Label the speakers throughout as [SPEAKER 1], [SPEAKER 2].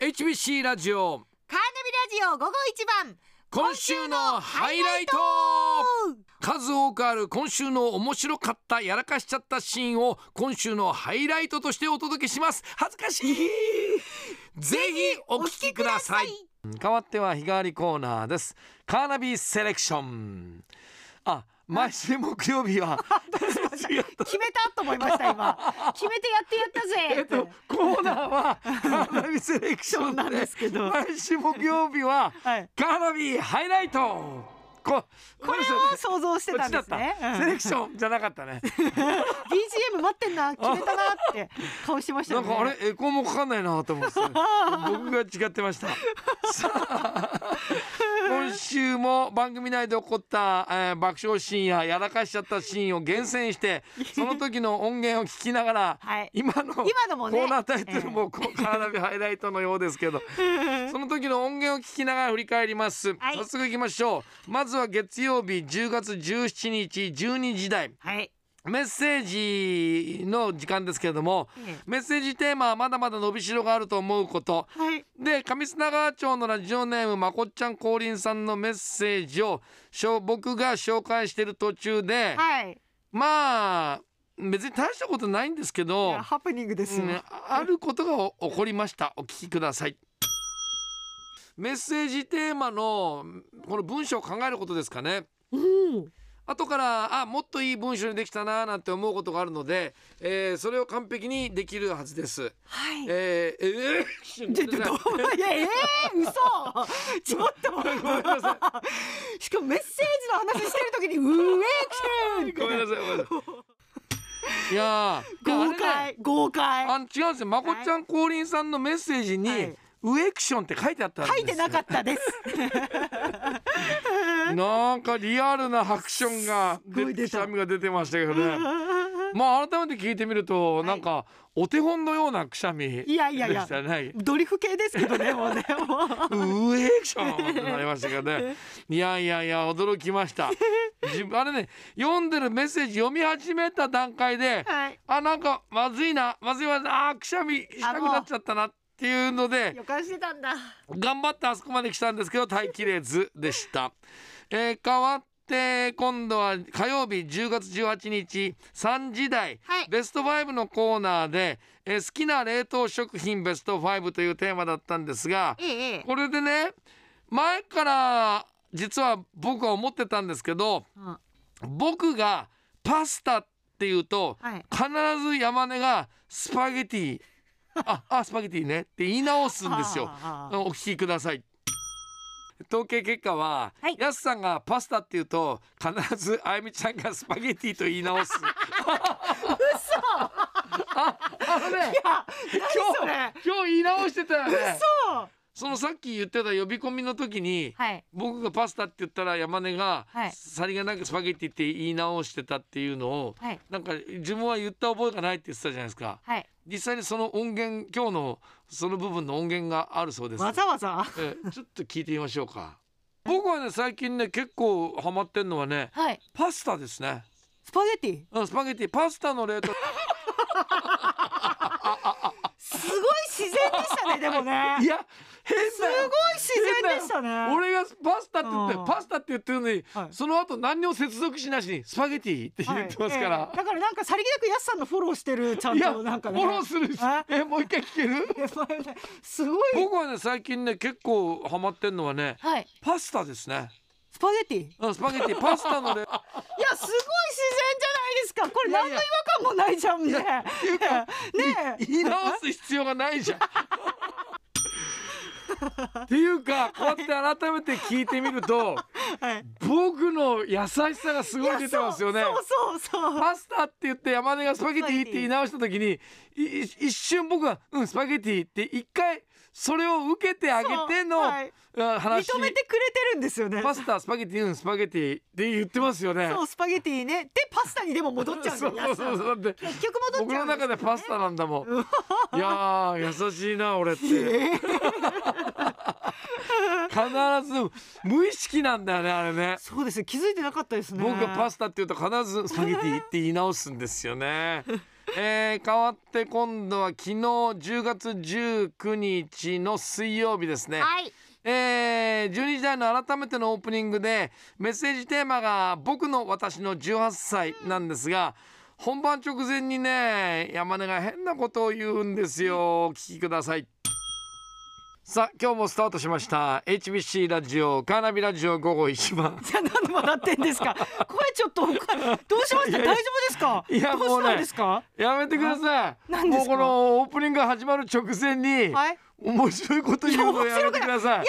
[SPEAKER 1] HBC ラジオ
[SPEAKER 2] カーナビラジオ午後一番
[SPEAKER 1] 今週のハイライト数多くある今週の面白かったやらかしちゃったシーンを今週のハイライトとしてお届けします恥ずかし いぜひお聞きください変わっては日替わりコーナーですカーナビセレクションあ毎週木曜日 は違った
[SPEAKER 2] 決めたと思いました 今決めてやってやったぜ
[SPEAKER 1] えっと、コーナーはカーナビセレクション
[SPEAKER 2] そうなんですけど
[SPEAKER 1] 毎週木曜日は
[SPEAKER 2] はい
[SPEAKER 1] カーナビハイライトこ
[SPEAKER 2] これを想像して
[SPEAKER 1] こ
[SPEAKER 2] た
[SPEAKER 1] っ
[SPEAKER 2] ん
[SPEAKER 1] ち
[SPEAKER 2] で
[SPEAKER 1] だ
[SPEAKER 2] す
[SPEAKER 1] った、
[SPEAKER 2] ねうん
[SPEAKER 1] セレクションじゃなか ったね
[SPEAKER 2] BGM 待ってんな決めたなって顔してました
[SPEAKER 1] な
[SPEAKER 2] よ
[SPEAKER 1] ん
[SPEAKER 2] ね
[SPEAKER 1] かあれエコーもかかんないなと思ってた僕が違ってま したさあ今週も番組内で起こった、えー爆笑シーンややらかしちゃったシーンを厳選 してその時の音源を聞きながら
[SPEAKER 2] はい
[SPEAKER 1] 今の
[SPEAKER 2] 今のもね
[SPEAKER 1] コーナータイトルも、こうカーナビハイライトのようですけ どその時の音源を聞きながら振り返ります、
[SPEAKER 2] はい
[SPEAKER 1] 早速いきましょうまずは月曜日10月17日12時台
[SPEAKER 2] はい
[SPEAKER 1] メッセージの時間ですけれども
[SPEAKER 2] え
[SPEAKER 1] メッセージテーマはまだまだ伸びしろがあると思うこと
[SPEAKER 2] えはい
[SPEAKER 1] で上砂川町のラジオネームまこっちゃん降臨さんのメッセージをしょ僕が紹介している途中で、
[SPEAKER 2] はい
[SPEAKER 1] まあ別に大したことないんですけ
[SPEAKER 2] い
[SPEAKER 1] ど
[SPEAKER 2] やハプニングです
[SPEAKER 1] う
[SPEAKER 2] よ、
[SPEAKER 1] んあることがお起こりましたお聞きくださいメッセージテーマのこの文章を考えることですかね
[SPEAKER 2] うん
[SPEAKER 1] 後からあもっといい文章にできたななんて思うことがあるので、えーそれを完璧にできるはずです。
[SPEAKER 2] はい
[SPEAKER 1] えー、えー、
[SPEAKER 2] ちょっと いやええ嘘ちょっと
[SPEAKER 1] ごめんなさい
[SPEAKER 2] しかもメッセージの話してる時に「うえきゅん!」
[SPEAKER 1] ごめんなさいごめんなさい。いやーいやあれ
[SPEAKER 2] 豪
[SPEAKER 1] ね
[SPEAKER 2] 快豪
[SPEAKER 1] あ
[SPEAKER 2] 快
[SPEAKER 1] の違うんですよまこっちゃん降臨さんのメッセージに、
[SPEAKER 2] はい
[SPEAKER 1] ウエクションって書いてあったんで
[SPEAKER 2] 書
[SPEAKER 1] す
[SPEAKER 2] いてなかった です
[SPEAKER 1] なんかリアルなハクションが
[SPEAKER 2] すごい
[SPEAKER 1] 出
[SPEAKER 2] 出
[SPEAKER 1] て
[SPEAKER 2] た
[SPEAKER 1] 痛みが出てましたけどね。まあ改めて聞いてみると、
[SPEAKER 2] い
[SPEAKER 1] なんかお手本のようなくしゃみで
[SPEAKER 2] いやいやいや
[SPEAKER 1] したね。
[SPEAKER 2] ドリフ系ですけどねもうねもう
[SPEAKER 1] ウエクションってなりましたけど ね。いやいやいや驚きました。自分あれね読んでるメッセージ読み始めた段階で、
[SPEAKER 2] はい
[SPEAKER 1] あなんかまずいなまずいまずいあーくしゃみしたくなっちゃったなっていうので。
[SPEAKER 2] 予感してたんだ
[SPEAKER 1] 頑張ってあそこまで来たんですけど耐えきれずで した、えー変わって今度は火曜日10月18日3時台、
[SPEAKER 2] はい
[SPEAKER 1] ベスト5のコーナーで、えー好きな冷凍食品ベスト5というテーマだったんですが
[SPEAKER 2] ええええ
[SPEAKER 1] これでね前から実は僕は思ってたんですけど
[SPEAKER 2] うん
[SPEAKER 1] 僕がパスタっていうと
[SPEAKER 2] はい
[SPEAKER 1] 必ず山根がスパゲティああスパゲティねって言い直すんですよ。
[SPEAKER 2] あー
[SPEAKER 1] お聞きください統計結果は、
[SPEAKER 2] はい
[SPEAKER 1] やすさんがパスタっていうと必ずあゆみちゃんがスパゲティと言い直す嘘ああのね
[SPEAKER 2] あ何そ
[SPEAKER 1] 今
[SPEAKER 2] れ
[SPEAKER 1] 日今日言い直してたよね
[SPEAKER 2] そう
[SPEAKER 1] そのさっき言ってた呼び込みの時に、
[SPEAKER 2] はい
[SPEAKER 1] 僕がパスタって言ったら山根が、
[SPEAKER 2] はい
[SPEAKER 1] さりげなくスパゲティって言い直してたっていうのを、
[SPEAKER 2] はい
[SPEAKER 1] なんか自分は言った覚えがないって言ってたじゃないですか
[SPEAKER 2] はい
[SPEAKER 1] 実際にその音源今日のその部分の音源があるそうです
[SPEAKER 2] わざわざ
[SPEAKER 1] えーちょっと聞いてみましょうか。僕はね最近ね結構ハマってんのはね
[SPEAKER 2] はい
[SPEAKER 1] パスタですね。
[SPEAKER 2] スパゲティ
[SPEAKER 1] うんスパゲティパスタの 冷凍。
[SPEAKER 2] すごい自然でしたねで もね
[SPEAKER 1] いや変
[SPEAKER 2] すご
[SPEAKER 1] だ
[SPEAKER 2] い
[SPEAKER 1] よ。
[SPEAKER 2] 自然でしたね
[SPEAKER 1] 俺がパスタって言って
[SPEAKER 2] うん
[SPEAKER 1] パスタって言ってるのに、
[SPEAKER 2] はい
[SPEAKER 1] その後何にも接続しなしにスパゲティって言ってますから。
[SPEAKER 2] はいええだからなんかさりげなくやすさんのフォローしてるちゃ
[SPEAKER 1] い
[SPEAKER 2] ん
[SPEAKER 1] や、
[SPEAKER 2] となんかね
[SPEAKER 1] フォローするし
[SPEAKER 2] あ、
[SPEAKER 1] え、もう一回聞ける。
[SPEAKER 2] やばいねすごい
[SPEAKER 1] 僕はね、最近ね、結構ハマってんのはね、
[SPEAKER 2] はい
[SPEAKER 1] パスタですね。
[SPEAKER 2] スパゲティいや
[SPEAKER 1] うんスパゲ ティ、パスタの冷凍。
[SPEAKER 2] すごい自然じゃないですかこれ何の違和感もないじゃんねねえ
[SPEAKER 1] 言い直す必要がないじゃん。 っていうかこうやって改めて聞いてみると
[SPEAKER 2] はい
[SPEAKER 1] 僕の優しさがすごい出てますよね
[SPEAKER 2] いや。そうそうそうそう
[SPEAKER 1] パスタって言って山根がスパゲティって言い直した時にいい一瞬僕は「うんスパゲティ」って一回それを受けてあげての、
[SPEAKER 2] そうはい
[SPEAKER 1] うん話
[SPEAKER 2] 認めてくれてるんですよね
[SPEAKER 1] パスタスパゲティうんスパゲティって言ってますよね。
[SPEAKER 2] そうスパゲティねでパスタにでも戻っちゃうんだ
[SPEAKER 1] そ
[SPEAKER 2] よ
[SPEAKER 1] う
[SPEAKER 2] ねや
[SPEAKER 1] そう
[SPEAKER 2] すさ
[SPEAKER 1] そ
[SPEAKER 2] ん
[SPEAKER 1] うだって
[SPEAKER 2] 結局戻っ
[SPEAKER 1] 僕
[SPEAKER 2] ちゃ
[SPEAKER 1] の
[SPEAKER 2] うん
[SPEAKER 1] 中
[SPEAKER 2] ですよね
[SPEAKER 1] でパスタなんだもん。いやー優しいな俺って。必ず無意識なんだよねあれね。
[SPEAKER 2] そうですね気づいてなかったですね
[SPEAKER 1] 僕がパスタって言うと必ずスパゲティって言い直すんですよね。えー、変わって今度は昨日10月19日の水曜日ですね、
[SPEAKER 3] はい。
[SPEAKER 1] えー、12時台の改めてのオープニングでメッセージテーマが「僕の私の18歳」なんですが本番直前にね山根が変なことを言うんですよお聞きくださいさあ今日もスタートしました HBC ラジオカーナビラジオ午後一番
[SPEAKER 2] じゃあなんで笑ってんですか。声ちょっとおかどうしました。大丈夫ですか。
[SPEAKER 1] いや
[SPEAKER 2] どう
[SPEAKER 1] もう
[SPEAKER 2] し
[SPEAKER 1] ね
[SPEAKER 2] たんですか。
[SPEAKER 1] やめてください
[SPEAKER 2] 何です
[SPEAKER 1] もうこ
[SPEAKER 2] か
[SPEAKER 1] のオープニングが始まる直前に、
[SPEAKER 2] はい。
[SPEAKER 1] 面白いこと言うのやめてください
[SPEAKER 2] いや今日のテ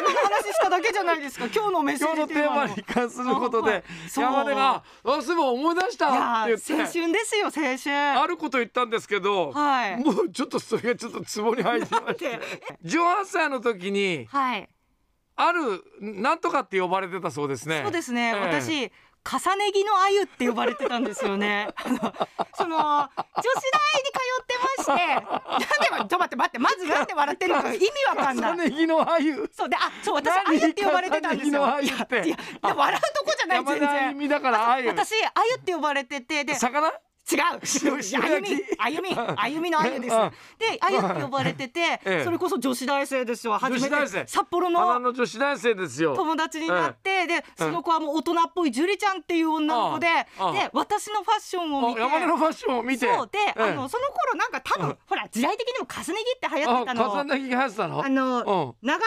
[SPEAKER 2] ーマの話しただけじゃないですか。今日のメッセ
[SPEAKER 1] 今
[SPEAKER 2] ー
[SPEAKER 1] 日の
[SPEAKER 2] ジ
[SPEAKER 1] テ
[SPEAKER 2] テ
[SPEAKER 1] ー
[SPEAKER 2] ーマ
[SPEAKER 1] マ
[SPEAKER 2] の。
[SPEAKER 1] に関すること
[SPEAKER 2] は
[SPEAKER 1] で
[SPEAKER 2] いそう
[SPEAKER 1] 山根が「あそういえば思い出した!」っ
[SPEAKER 2] いや
[SPEAKER 1] て言
[SPEAKER 2] 青
[SPEAKER 1] って
[SPEAKER 2] 春ですよ青春。
[SPEAKER 1] あること言ったんですけど、
[SPEAKER 2] はい
[SPEAKER 1] もうちょっとそれがちょっとツボに入ってまして18歳の時に
[SPEAKER 3] はい。
[SPEAKER 1] あるなんとかって呼ばれてたそうですね
[SPEAKER 2] そうですね、
[SPEAKER 1] ええ
[SPEAKER 2] 私重ね着の鮎って呼ばれてたんですよ ね。あのその女子大に通ってまして、なんでちょっと待って待ってまずなんで笑ってるのか意味わかん
[SPEAKER 1] 重
[SPEAKER 2] な
[SPEAKER 1] ね
[SPEAKER 2] い。
[SPEAKER 1] 着のあゆ
[SPEAKER 2] そうであそう私
[SPEAKER 1] 何
[SPEAKER 2] 鮎って呼ばれてたんですよ。
[SPEAKER 1] 重ね着の鮎って
[SPEAKER 2] いやいやでも笑うとこじゃない
[SPEAKER 1] 山
[SPEAKER 2] 全
[SPEAKER 1] 根あゆ
[SPEAKER 2] 然。
[SPEAKER 1] みだからあゆ
[SPEAKER 2] 私鮎って呼ばれててで
[SPEAKER 1] 魚
[SPEAKER 2] 違う。
[SPEAKER 1] 白
[SPEAKER 2] 歩
[SPEAKER 1] 焼
[SPEAKER 2] み
[SPEAKER 1] き
[SPEAKER 2] 歩み歩みの鮎です
[SPEAKER 1] うん。
[SPEAKER 2] で鮎って呼ばれてて、
[SPEAKER 1] ええ
[SPEAKER 2] それこそ女子大生ですよ。初めて
[SPEAKER 1] 女子大生
[SPEAKER 2] 札幌
[SPEAKER 1] 花
[SPEAKER 2] の
[SPEAKER 1] の女子大生ですよ
[SPEAKER 2] 友達になって、でその子はもう大人っぽい樹里ちゃんっていう女の子で、
[SPEAKER 1] ああ
[SPEAKER 2] で私のファッションを見
[SPEAKER 1] お
[SPEAKER 2] て。
[SPEAKER 1] 山根のファッションを見て
[SPEAKER 2] そうで、
[SPEAKER 1] ええ
[SPEAKER 2] あのその頃なんか多分、ほら時代的にも重ね着って流行ってた
[SPEAKER 1] あ
[SPEAKER 2] の。
[SPEAKER 1] 重ね着が流行ってたの
[SPEAKER 2] あの、長袖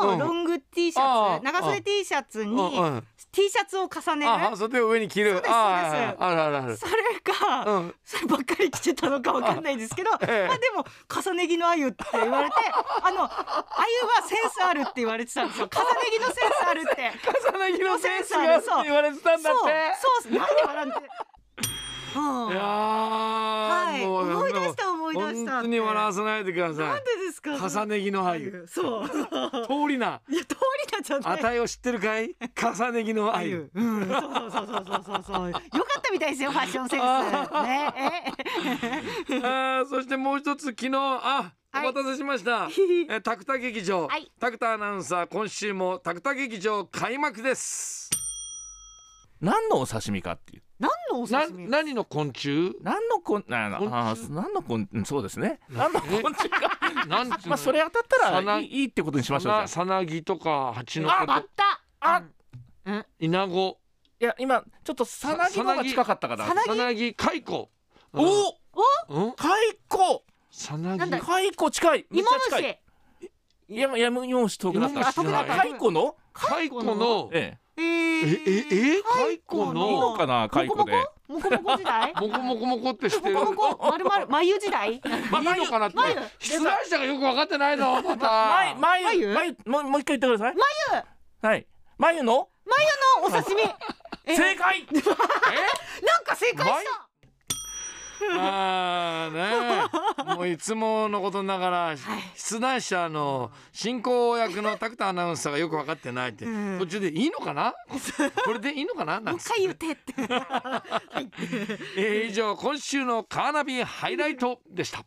[SPEAKER 2] のロング T シャツ、
[SPEAKER 1] うん
[SPEAKER 2] 長袖 T シャツに
[SPEAKER 1] うんうん
[SPEAKER 2] T シャツを重ね
[SPEAKER 1] あ
[SPEAKER 2] る
[SPEAKER 1] 半袖を上に着る
[SPEAKER 2] そうです
[SPEAKER 1] あ
[SPEAKER 2] そうです
[SPEAKER 1] ああるあるある
[SPEAKER 2] それが、
[SPEAKER 1] うん
[SPEAKER 2] そればっかり着てたのかわかんないですけど、
[SPEAKER 1] ええ
[SPEAKER 2] まあでも重ね着のあゆって言わ れてあのあゆはセンスあるって言われてたんですよ重ね着のセンスあるって
[SPEAKER 1] 重ね着のセンスがって言われてたんだっ
[SPEAKER 2] そう
[SPEAKER 1] て
[SPEAKER 2] そうっすなんで笑って、
[SPEAKER 1] いや
[SPEAKER 2] は
[SPEAKER 1] ー
[SPEAKER 2] はい
[SPEAKER 1] もう
[SPEAKER 2] 思い出した思い出した
[SPEAKER 1] 本当に笑わせないでくだ
[SPEAKER 2] あ、な
[SPEAKER 1] さ
[SPEAKER 2] ん
[SPEAKER 1] い
[SPEAKER 2] でですか
[SPEAKER 1] 重ね着の
[SPEAKER 2] あ
[SPEAKER 1] あゆ
[SPEAKER 2] ゆ そういや通
[SPEAKER 1] 通りな
[SPEAKER 2] りなじゃ
[SPEAKER 1] あ
[SPEAKER 2] ない
[SPEAKER 1] たいを知ってるかい重ね着のあ
[SPEAKER 2] あ
[SPEAKER 1] ゆ
[SPEAKER 2] ゆうんそうそうそうそうそうそうよかったみたいですよファッションセンスね
[SPEAKER 1] あーそしてもう一つ昨日あお
[SPEAKER 3] はい
[SPEAKER 1] 待たせしました、えタクタ劇場、
[SPEAKER 3] はい
[SPEAKER 1] タクタアナウンサー今週もタクタ劇場開幕です
[SPEAKER 4] 何のお刺身かってい
[SPEAKER 2] え
[SPEAKER 4] う
[SPEAKER 2] 何のお
[SPEAKER 1] な
[SPEAKER 2] 刺身
[SPEAKER 1] 何の昆虫
[SPEAKER 4] 何のこんな
[SPEAKER 1] 昆虫
[SPEAKER 4] あー何のこんうんそうですね何の昆虫か
[SPEAKER 1] なんていうの
[SPEAKER 4] まあそれ当たった
[SPEAKER 1] さな
[SPEAKER 4] らいいいいってことにしましょうじゃ
[SPEAKER 1] さなさなぎとか蜂の
[SPEAKER 3] あ、
[SPEAKER 1] 子
[SPEAKER 3] バッ
[SPEAKER 1] と
[SPEAKER 3] タ。
[SPEAKER 4] ああ
[SPEAKER 1] イナゴ
[SPEAKER 4] いや今ちょっとさなぎの方が近かったから
[SPEAKER 2] さなぎ
[SPEAKER 1] さなぎ蚕
[SPEAKER 4] おお
[SPEAKER 1] うん
[SPEAKER 4] 蚕
[SPEAKER 1] さな
[SPEAKER 3] なんだ
[SPEAKER 1] ぎ
[SPEAKER 4] 蚕近いめっ
[SPEAKER 3] 芋
[SPEAKER 4] ちゃ近い
[SPEAKER 3] 虫。
[SPEAKER 4] いやいやもうし遠くなっ
[SPEAKER 1] 芋
[SPEAKER 4] た
[SPEAKER 1] 虫じゃない
[SPEAKER 2] あ遠くなった
[SPEAKER 4] 蚕の
[SPEAKER 1] 蚕の
[SPEAKER 4] え
[SPEAKER 2] え
[SPEAKER 1] え
[SPEAKER 2] ー
[SPEAKER 1] ええ蚕
[SPEAKER 4] えいいの
[SPEAKER 1] の
[SPEAKER 4] かな
[SPEAKER 3] モコ
[SPEAKER 4] 蚕
[SPEAKER 3] モ
[SPEAKER 4] で
[SPEAKER 3] コ。モコモコ時代。
[SPEAKER 1] モコモコモコってしてる
[SPEAKER 3] モコモコ、まるまる、眉時代。
[SPEAKER 1] まあ、いいのかなって
[SPEAKER 3] 眉。
[SPEAKER 1] 出題者がよく分かってないの、ま
[SPEAKER 4] ま
[SPEAKER 1] た。
[SPEAKER 4] 眉
[SPEAKER 3] 眉
[SPEAKER 4] 眉もうもう一回言ってください眉はい眉の
[SPEAKER 3] のお刺身。
[SPEAKER 4] 正解
[SPEAKER 3] なんか正解した。
[SPEAKER 1] ああ、ねえ。もういつものことながら、出題者の進行役のタクタアナウンサーがよく分かってないって、
[SPEAKER 2] ん
[SPEAKER 1] 途中でいいのかな。これでいいのかな、な
[SPEAKER 3] もうん一
[SPEAKER 1] つ
[SPEAKER 3] 回言ってって。
[SPEAKER 1] えー以上、今週のカーナビハイライトでした。